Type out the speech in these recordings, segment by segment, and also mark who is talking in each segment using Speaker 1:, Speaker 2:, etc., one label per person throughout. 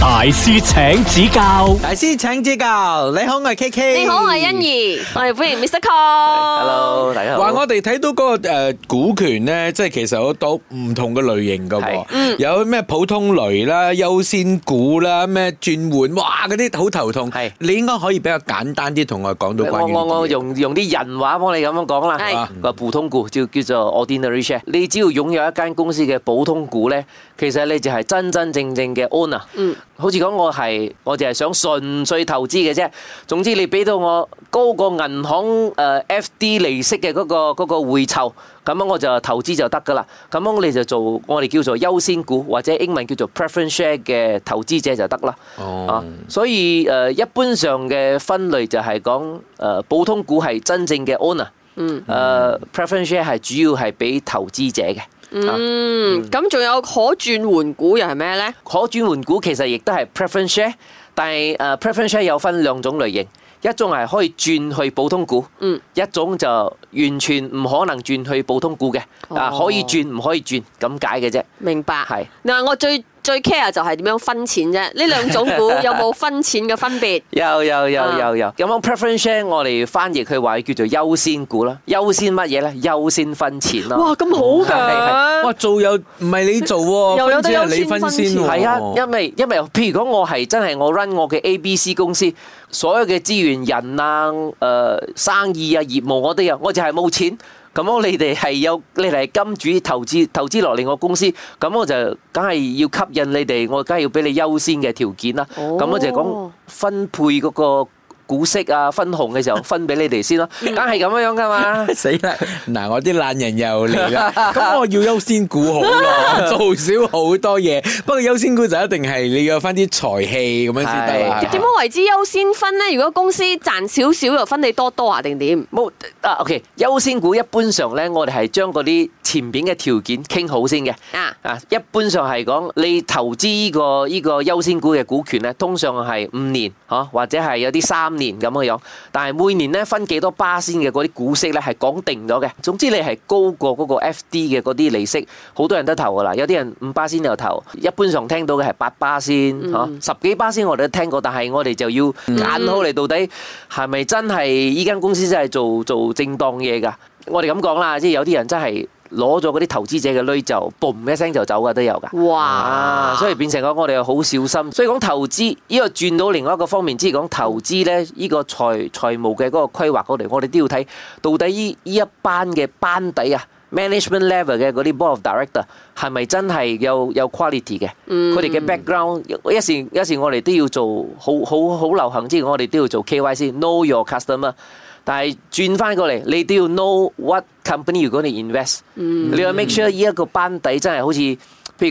Speaker 1: 大師請指教，
Speaker 2: 大師請指教，你好，我係 K K。
Speaker 3: 你好，我係欣怡，我哋歡迎 Mr. Kong。
Speaker 4: Hello，大家好。
Speaker 2: 話我哋睇到嗰個誒股權咧，即係其實有到唔同嘅類型噶
Speaker 4: 係
Speaker 2: 喎，有咩普通類啦、優先股啦、咩轉換，哇嗰啲好頭痛。
Speaker 4: 係
Speaker 2: 你應該可以比較簡單啲同我講到
Speaker 4: 我
Speaker 2: 關於呢
Speaker 4: 我
Speaker 2: 啲
Speaker 4: 我
Speaker 2: 嘢
Speaker 4: 用用啲人話幫你咁樣講啦，
Speaker 3: 係
Speaker 2: 啊
Speaker 4: 個普通股叫叫做 ordinary share。你只要擁有一間公司嘅普通股咧，其實你就係真真正正嘅 owner。
Speaker 3: 嗯，
Speaker 4: 好似講我係我就係想純粹投資嘅啫。總之你俾到我高過銀行誒 FD 利息嘅嗰個嗰個回酬，咁樣我就投資就得㗎啦。咁樣你就做我哋叫做優先股或者英文叫做 preference share 嘅投資者就得啦。啊
Speaker 2: 哦，，
Speaker 4: 所以誒、呃一般上嘅分類就係講誒普通股係真正嘅 owner，誒、呃
Speaker 3: 嗯
Speaker 4: preference share 係主要係俾投資者嘅。啊
Speaker 3: 嗯，咁仲有可轉換股又係咩咧？
Speaker 4: 可轉換股其實亦都係 preference share，但係誒 preference share 有分兩種類型，一種係可以轉去普通股，
Speaker 3: 嗯
Speaker 4: 一種就完全唔可能轉去普通股嘅，啊
Speaker 3: 哦
Speaker 4: 可以轉唔可以轉咁解嘅啫。
Speaker 3: 明白。
Speaker 4: 係
Speaker 3: 嗱，我最最 care 就係點樣分錢啫。呢兩種股有冇分錢嘅分 別？
Speaker 4: 有有有
Speaker 3: 啊
Speaker 4: 有有，咁樣 preference share 我哋翻譯佢話叫做優先股啦，優先乜嘢咧？優先分錢咯。
Speaker 3: 哇，咁好
Speaker 4: 係
Speaker 3: 㗎！
Speaker 2: 哇做又唔係你做喎，
Speaker 3: 又有得
Speaker 2: 分先係
Speaker 3: 優先
Speaker 2: 你分先喎，。
Speaker 4: 係啊，因為因為譬如講，我係真係我 run 我嘅 A、B、C 公司，所有嘅 資源、人啊、誒、生意啊、業務我都有，我就係冇錢。咁我你哋係有，你哋係金主投資投資落嚟我公司，咁我就梗係要吸引你哋，我梗係要俾你優先嘅條件啦。
Speaker 3: 哦
Speaker 4: 咁、我就講分配嗰個股息啊、分紅嘅時候分俾你 哋先咯，梗係咁樣樣噶嘛
Speaker 2: 死啦！嗱，我啲懶人又嚟啦，咁我要優先股好咯，做少好多嘢。不過優先股就一定係你有翻啲財氣咁樣先得啦
Speaker 4: 係。
Speaker 3: 點樣為之優先分咧？如果公司賺少少又分你多多啊，定 點？
Speaker 4: 冇啊，OK，優先股一般上咧，我哋係將嗰啲前邊嘅條件傾好先嘅。
Speaker 3: 啊，
Speaker 4: 啊，一般上係講你投資呢、個呢、個優先股嘅股權咧，通常係五年嚇、啊或者係有啲三年咁嘅樣。但係每年咧分幾多巴仙嘅嗰啲股息咧係講定咗嘅。總之你係高過嗰個 FD 嘅嗰啲利息，好多人都投噶啦。有啲人五巴仙又投，一般上聽到嘅係八巴仙嚇，十幾巴仙我哋都聽過，但係我哋就要揀好你到底係咪真係呢間公司真係做做正當嘢㗎？我哋咁講啦，即係有啲人真係攞咗嗰啲投資者嘅鐳就嘣一聲就走㗎，都有㗎。啊
Speaker 3: 哇！，
Speaker 4: 所以變成講我哋好小心，所以講投資呢、個轉到另外一個方面，即係講投資咧，呢、個財財務嘅嗰個規劃嗰度，我哋都要睇到底呢依一班嘅班底啊。management level 嘅嗰啲 board of director 係咪真係有有 quality 嘅？佢哋嘅 background 一時一時我哋都要做好好好流行之前，我哋都要做 KYC，know your customer。但係轉翻過嚟，你都要 know what company 如果你 invest，、你要 make sure 呢一個班底真係好似，譬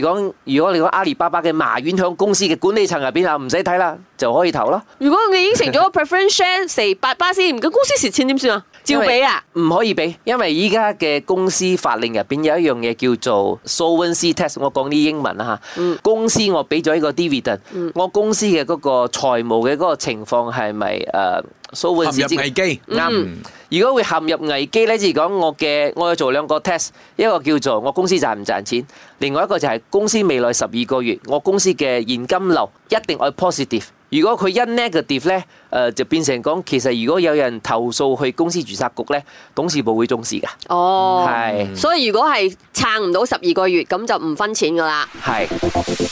Speaker 4: 如講，如果你講阿里巴巴嘅麻丸響公司嘅管理層入邊啊，唔使睇啦，就可以投啦。
Speaker 3: 如果佢應承咗個 preference share 四八巴仙，咁公司蝕錢點算啊？照俾啊？
Speaker 4: 唔可以俾，因為依家嘅公司法令入邊有一樣嘢叫做 solvency test，我講啲英文啦嚇。公司我俾咗一個 dividend，、我公司嘅嗰個財務嘅嗰個情況係咪誒 solvency
Speaker 2: 陷入危機
Speaker 4: 啱。如果會陷入危機咧，就係講我嘅我要做兩個 test，一個叫做我公司賺唔賺錢，另外一個就係公司未來十二個月我公司嘅現金流一定係 positive。如果佢因 negative 咧，誒、就變成講其實如果有人投訴去公司註冊局咧，董事部會重視㗎，
Speaker 3: 哦，
Speaker 4: 係
Speaker 3: 所以如果係撐唔到十二個月，咁就唔分錢噶啦。
Speaker 4: 係。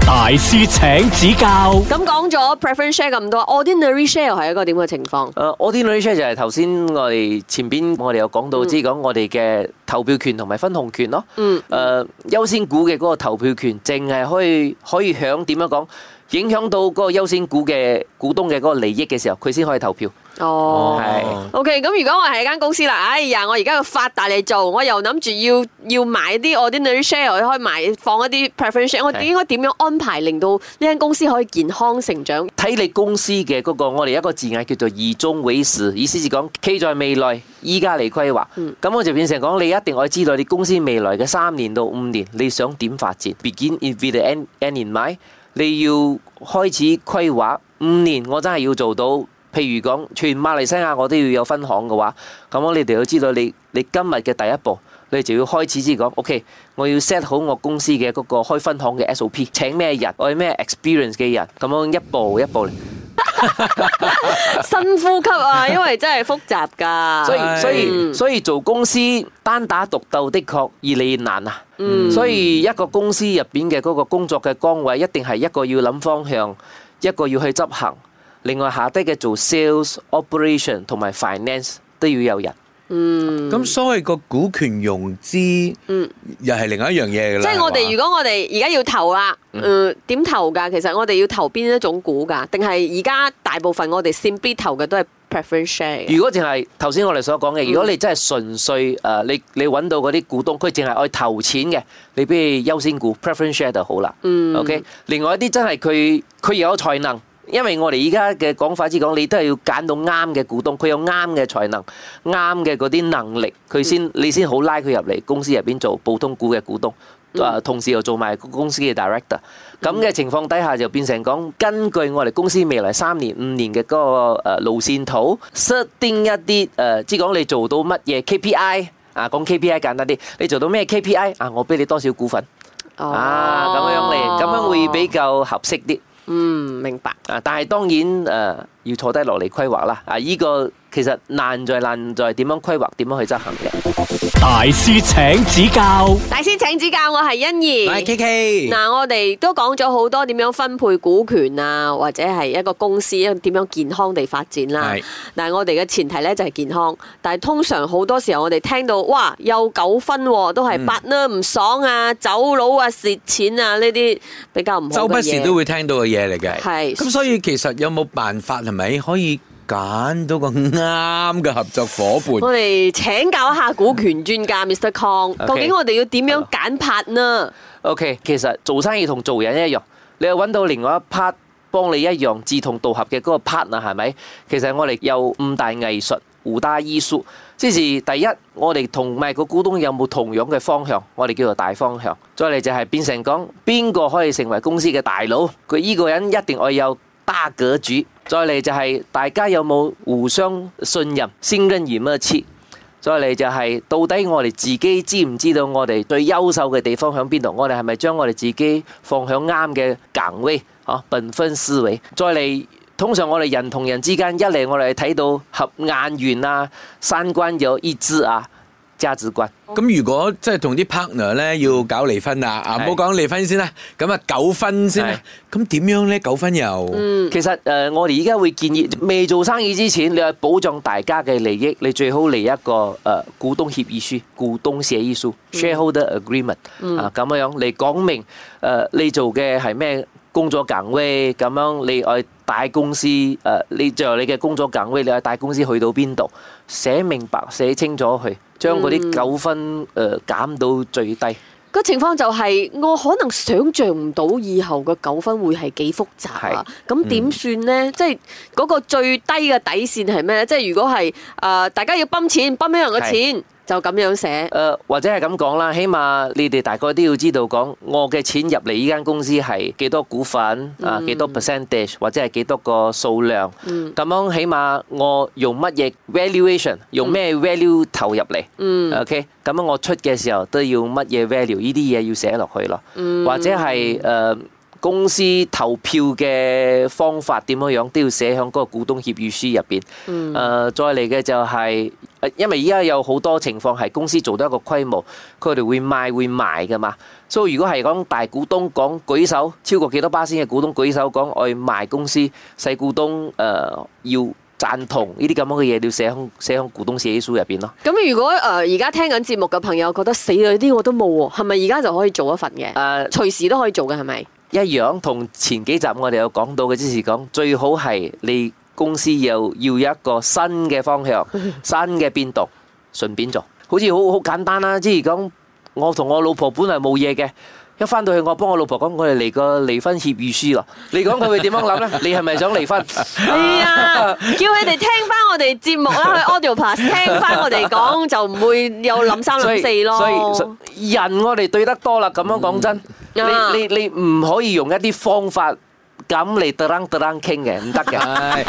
Speaker 1: 大師請指教，
Speaker 3: 咁講咗 preference share 咁多，ordinary share 又係一個點嘅情況？
Speaker 4: 誒 ordinary share 就係頭先我哋前邊我哋有講到，即係講我哋嘅投票權同埋分紅權咯。
Speaker 3: 嗯
Speaker 4: 誒、優先股嘅嗰個投票權，淨係可以可以響點樣講，影響到嗰個優先股嘅股東嘅嗰個利益嘅時候，佢先可以投票。
Speaker 3: 哦。
Speaker 4: 係
Speaker 3: OK，咁如果我係間公司啦，哎呀，我而家要發達嚟做，我又諗住要要買啲 ordinary share，又可以買放一啲 preference share，我
Speaker 4: 係
Speaker 3: 應該點樣安排令到呢間公司可以健康成 長？
Speaker 4: 睇你公司嘅嗰、個，我哋有一個字眼叫做以終為始，意思是講企在未來，依家嚟規劃。咁、我就變成講，你一定要知道你公司未來嘅三年到五年，你想點發展？Begin with the end, end in mind，你要開始規劃五年，我真係要做到。譬如講，全馬來西亞我都要有分行嘅話，咁我你哋要知道你你今日嘅第一步，你就要開始先講，OK，我要 set 好我公司嘅嗰個開分行嘅 SOP，請咩人，我係咩 experience 嘅人，咁樣一步一步嚟。
Speaker 3: 深呼吸啊，因為真係複雜㗎。
Speaker 4: 所以
Speaker 2: 係
Speaker 4: 所以所以做公司單打獨鬥的確易你難啊。所以一個公司入邊嘅嗰個工作嘅崗位，一定係一個要諗方向，一個要去執行，另外下低嘅做 sales、operation 同埋 finance 都要有人。
Speaker 2: 咁所謂個股權融資，
Speaker 3: 嗯
Speaker 2: 又係另外一樣嘢㗎
Speaker 3: 即
Speaker 2: 啦。
Speaker 3: 係我哋如果我哋而家要投啦，
Speaker 4: 嗯
Speaker 3: 誒點投㗎？其實我哋要投邊一種股㗎？定係而家大部分我哋 simply 投嘅都係 preference share 嘅
Speaker 4: 如果淨係啊嗯頭先我哋所講嘅，如果你真係純粹誒、呃你你揾到嗰啲股東，佢淨係愛投錢嘅，你不如優先股 preference share 就好啦。嗯，OK。另外一啲真係佢佢有才能，因為我哋而家嘅講法之講，你都係要揀到啱嘅股東，佢有啱嘅才能、啱嘅嗰啲能力，佢先、你先好拉佢入嚟公司入邊做普通股嘅股東。啊，同時又做埋公司嘅 director，咁嘅情況底下就變成講，根據我哋公司未來三年五年嘅嗰個呃路線圖，set 定一啲誒，即係講你做到乜嘢 KPI 啊，講 KPI 簡單啲，你做到咩 KPI 啊，我俾你多少股份
Speaker 3: 哦
Speaker 4: 啊，咁樣嚟，咁樣會比較合適啲。
Speaker 3: 嗯明白。
Speaker 4: 啊，但係當然誒、呃要坐低落嚟規劃啦。啊，依、個其實難在難在點樣規劃，點樣去執行嘅。
Speaker 1: 大師請指教，
Speaker 3: 大師請指教，我係欣怡。
Speaker 2: 我係 K K，
Speaker 3: 嗱，我哋都講咗好多點樣分配股權啊，或者係一個公司點樣健康地發展啦
Speaker 2: 係。
Speaker 3: 但係我哋嘅前提咧就係健康，但係通常好多時候我哋聽到哇有糾紛喎，
Speaker 2: 嗯
Speaker 3: 都係八呢唔爽啊、走佬啊、蝕錢啊呢啲比較唔好
Speaker 2: 周
Speaker 3: 嘅
Speaker 2: 不時都
Speaker 3: 嘢。
Speaker 2: 會聽到嘅嘢嚟嘅。
Speaker 3: 係
Speaker 2: 咁所以其實有冇辦法係咪可以揀到個啱嘅合作伙伴？
Speaker 3: 我哋請教一下股權專家 Mr. Kong，
Speaker 4: OK
Speaker 3: 究竟我哋要點樣揀 part 呢？
Speaker 4: OK，其實做生意同做人一樣，你又揾到另外一 part 幫你一樣志同道合嘅嗰個 partner 係咪？其實我哋有五大藝術，五大藝術，即是第一，我哋同埋個股東有冇同樣嘅方向，我哋叫做大方向。再嚟就係變成講邊個可以成為公司嘅大佬，佢依個人一定要有大格局。再嚟就係大家有冇互相信任，信任而默契。再嚟就係到底我哋自己知唔知道我哋最優秀嘅地方喺邊度？我哋係咪將我哋自己放響啱嘅崗位啊？本分思維。再嚟，通常我哋人同人之間，一嚟我哋睇到合眼緣啊，三觀有一致啊，價值觀。
Speaker 2: 咁如果即係同啲 partner 咧要搞離婚啦，啊唔
Speaker 4: 係
Speaker 2: 好講離婚先啦，咁啊糾紛先啦，咁點樣咧？糾紛又
Speaker 4: 其實誒、呃我哋而家會建議未做生意之前，你係保障大家嘅利益，你最好嚟一個誒、呃股東協議書、股東協議書 （shareholder agreement）、啊，咁樣樣嚟講明誒、呃你做嘅係咩工作崗位，咁樣你愛大公司誒、呃你就由你嘅工作崗位，你愛大公司去到邊度，寫明白、寫清楚去，將嗰啲糾紛誒減到最低。
Speaker 3: 個情況就係、我可能想像唔到以後嘅糾紛會係幾複雜啊！咁點算呢？
Speaker 4: 嗯
Speaker 3: 即係嗰個最低嘅底線係咩咧？即係如果係誒、呃大家要泵錢，泵一樣嘅錢，就咁樣寫。
Speaker 4: 誒、呃或者係咁講啦，起碼你哋大概都要知道講，我嘅錢入嚟呢間公司係幾多股份、啊，幾多 percentage 或者係幾多個數量，咁、樣起碼我用乜嘢 valuation，用咩 value 投入嚟、o k 咁樣我出嘅時候都要乜嘢 value，呢啲嘢要寫落去咯，或者係誒。呃公司投票嘅方法點樣樣都要寫喺嗰個股東協議書入邊。誒、再嚟嘅就係、呃因為而家有好多情況係公司做到一個規模，佢哋會賣會賣噶嘛。所以如果係講大股東講舉手，超過幾多巴仙嘅股東舉手講我要賣公司，細股東誒、呃要贊同呢啲咁樣嘅嘢，你要寫喺寫喺股東寫書入邊咯。
Speaker 3: 咁如果誒呃而家聽緊節目嘅朋友覺得死啦，呢啲我都冇喎，係咪而家就可以做一份嘅？
Speaker 4: 誒、
Speaker 3: 隨時都可以做嘅係 咪？
Speaker 4: 一樣同前幾集我哋有講到嘅，之前講最好係你公司又要有一個新嘅方向、新嘅變動，順便做，好似好好簡單啦。之前講我同我老婆本來冇嘢嘅。一翻到去，我幫我老婆講，我哋嚟個離婚協議書咯。你講佢會點樣諗 咧？你係咪想離婚？
Speaker 3: 係啊，叫佢哋聽翻我哋節目啦，去 Audio Plus 聽翻我哋講，就唔會有諗三
Speaker 4: 所
Speaker 3: 諗
Speaker 4: 以
Speaker 3: 四咯。
Speaker 4: 所以所以人我哋對得多啦，咁樣講真，
Speaker 3: 啊
Speaker 4: 你你你唔可以用一啲方法咁嚟得啷得啷傾嘅，唔得嘅。
Speaker 2: 唉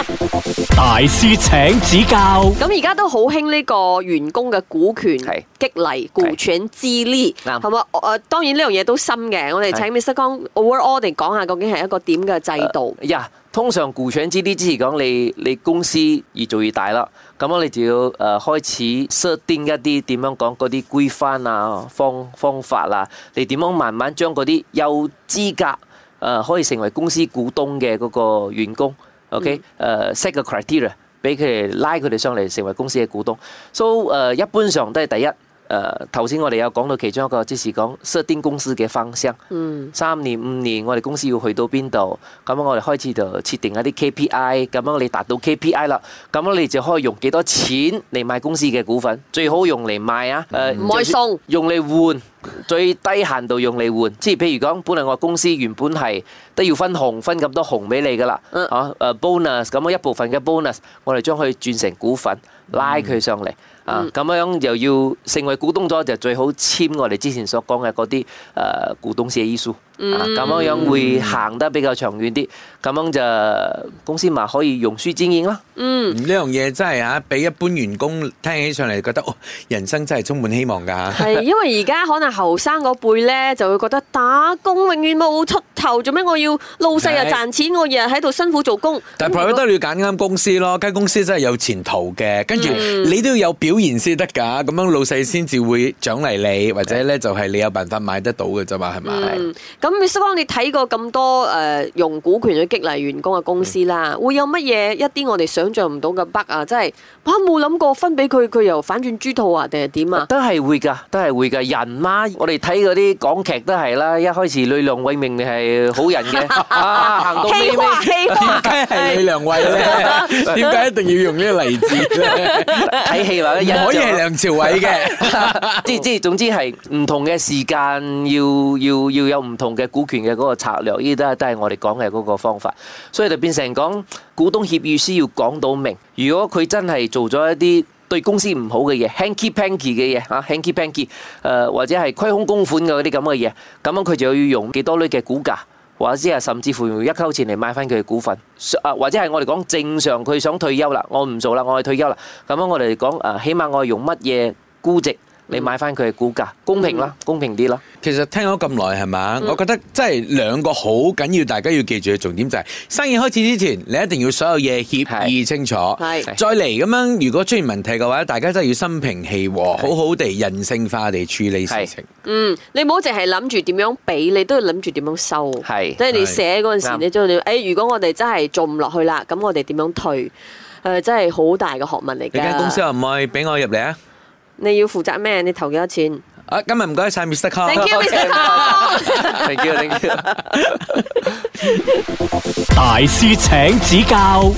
Speaker 1: 大師請指教，
Speaker 3: 咁而家都好興呢個員工嘅股權
Speaker 4: 係
Speaker 3: 激勵、股權激勵，
Speaker 4: 啱
Speaker 3: 係嘛？誒，呃當然呢樣嘢都深嘅。我哋請 Mr. 江 overall 嚟講下，究竟係一個點嘅制度？
Speaker 4: 哎呀通常股權激勵之前講你你公司越做越大啦，咁我哋就要誒、呃、開始 set 定一啲點樣講嗰啲規範啊方方法啦、你點樣慢慢將嗰啲有資格誒、呃可以成為公司股東嘅嗰個員工，OK 誒、set 個 criteria 俾佢哋拉佢哋上嚟成為公司嘅股東，so 誒、呃一般上都係第一。誒呃頭先我哋有講到其中一個，即是講 set 定公司嘅方向。
Speaker 3: 嗯，
Speaker 4: 三年五年，我哋公司要去到邊度？咁我哋開始就設定一啲 KPI，咁樣你達到 KPI 啦，咁樣你就可以用幾多錢嚟買公司嘅股份，最好用嚟買啊！誒、
Speaker 3: 嗯唔可以
Speaker 4: 就算
Speaker 3: 送
Speaker 4: 用嚟換，最低限度用嚟換。即係譬如講，本來我公司原本係都要分紅，分咁多紅俾你噶啦，
Speaker 3: 嗯
Speaker 4: 啊誒 bonus 咁樣一部分嘅 bonus，我哋將佢轉成股份，拉佢上嚟。啊，咁樣又要成為股東咗，就最好簽我哋之前所講嘅嗰啲誒呃股東協議書，啊，咁樣樣會行得比較長遠啲，咁樣就公司咪可以用書展現啦。
Speaker 2: 呢樣嘢真係啊，俾一般員工聽起上嚟覺得，哦人生真係充滿希望㗎。
Speaker 3: 係因為而家可能後生嗰輩咧就會覺得打工永遠冇出頭，做咩我要老細又
Speaker 2: 係
Speaker 3: 賺錢，我日日喺度辛苦做工。
Speaker 2: 但係
Speaker 3: 咁
Speaker 2: private 都要揀啱公司咯，間公司真係有前途嘅，跟住你都要有表現先得㗎，咁樣老細先至會獎勵你，或者咧就係你有辦法買得到嘅啫嘛，係咪？
Speaker 3: 嗯，咁 Mr. 光，你睇過咁多誒、呃用股權去激勵員工嘅公司啦，會有乜嘢一啲我哋想象唔到嘅 bug 啊？即係哇，冇諗過分俾佢，佢又反轉豬肚啊，定係點啊？
Speaker 4: 都係會㗎，都係會㗎。人嘛，我哋睇嗰啲港劇都係啦，一開始呂良偉明明係好人 嘅，啊行到尾
Speaker 3: 氣
Speaker 4: 尾
Speaker 3: 話氣
Speaker 2: 點
Speaker 3: 話，
Speaker 2: 解係李良偉咧？點解一定要用呢個例子咧？
Speaker 4: 睇戲話
Speaker 2: 唔
Speaker 4: 一人
Speaker 2: 可以
Speaker 4: 就
Speaker 2: 係梁朝偉嘅，
Speaker 4: 即即總之係唔同嘅時間要要要有唔同嘅股權嘅嗰個策略，呢啲都係都係我哋講嘅嗰個方法，所以就變成講股東協議書要講到明。如果佢真係做咗一啲對公司唔好嘅嘢，hanky panky 嘅嘢嚇，hanky panky，誒、或者係虧空公款嘅嗰啲咁嘅嘢，咁樣佢就要用幾多類嘅股價。或者係甚至乎用一溝錢嚟買翻佢嘅股份，啊或者係我哋講正常佢想退休啦，我唔做啦，我去退休啦，咁樣我哋講誒，起碼我係用乜嘢估值你買翻佢嘅股價，公平啦，公平啲啦，
Speaker 2: 其實聽咗咁耐係嘛？我覺得真係兩個好緊要，大家要記住嘅重點就係、生意開始之前，你一定要所有嘢協議清楚。
Speaker 3: 係
Speaker 2: 再嚟咁樣，如果出現問題嘅話，大家真係要心平氣和，好好地人性化地處理事情。
Speaker 3: 嗯，你唔好淨係諗住點樣俾，你都要諗住點樣收。
Speaker 4: 係
Speaker 3: 即係你寫嗰陣時，
Speaker 4: 啱
Speaker 3: 你都要誒，如果我哋真係做唔落去啦，咁我哋點樣退？誒、真係好大嘅學問嚟㗎。
Speaker 2: 你間公司可唔可以俾我入嚟啊？
Speaker 3: 你要負責咩？你投幾多錢
Speaker 2: 啊，今日唔該晒 Mr. Kong。
Speaker 3: ？Thank you，Mr. Kong
Speaker 4: ，thank you，thank you。
Speaker 1: 大師請指教。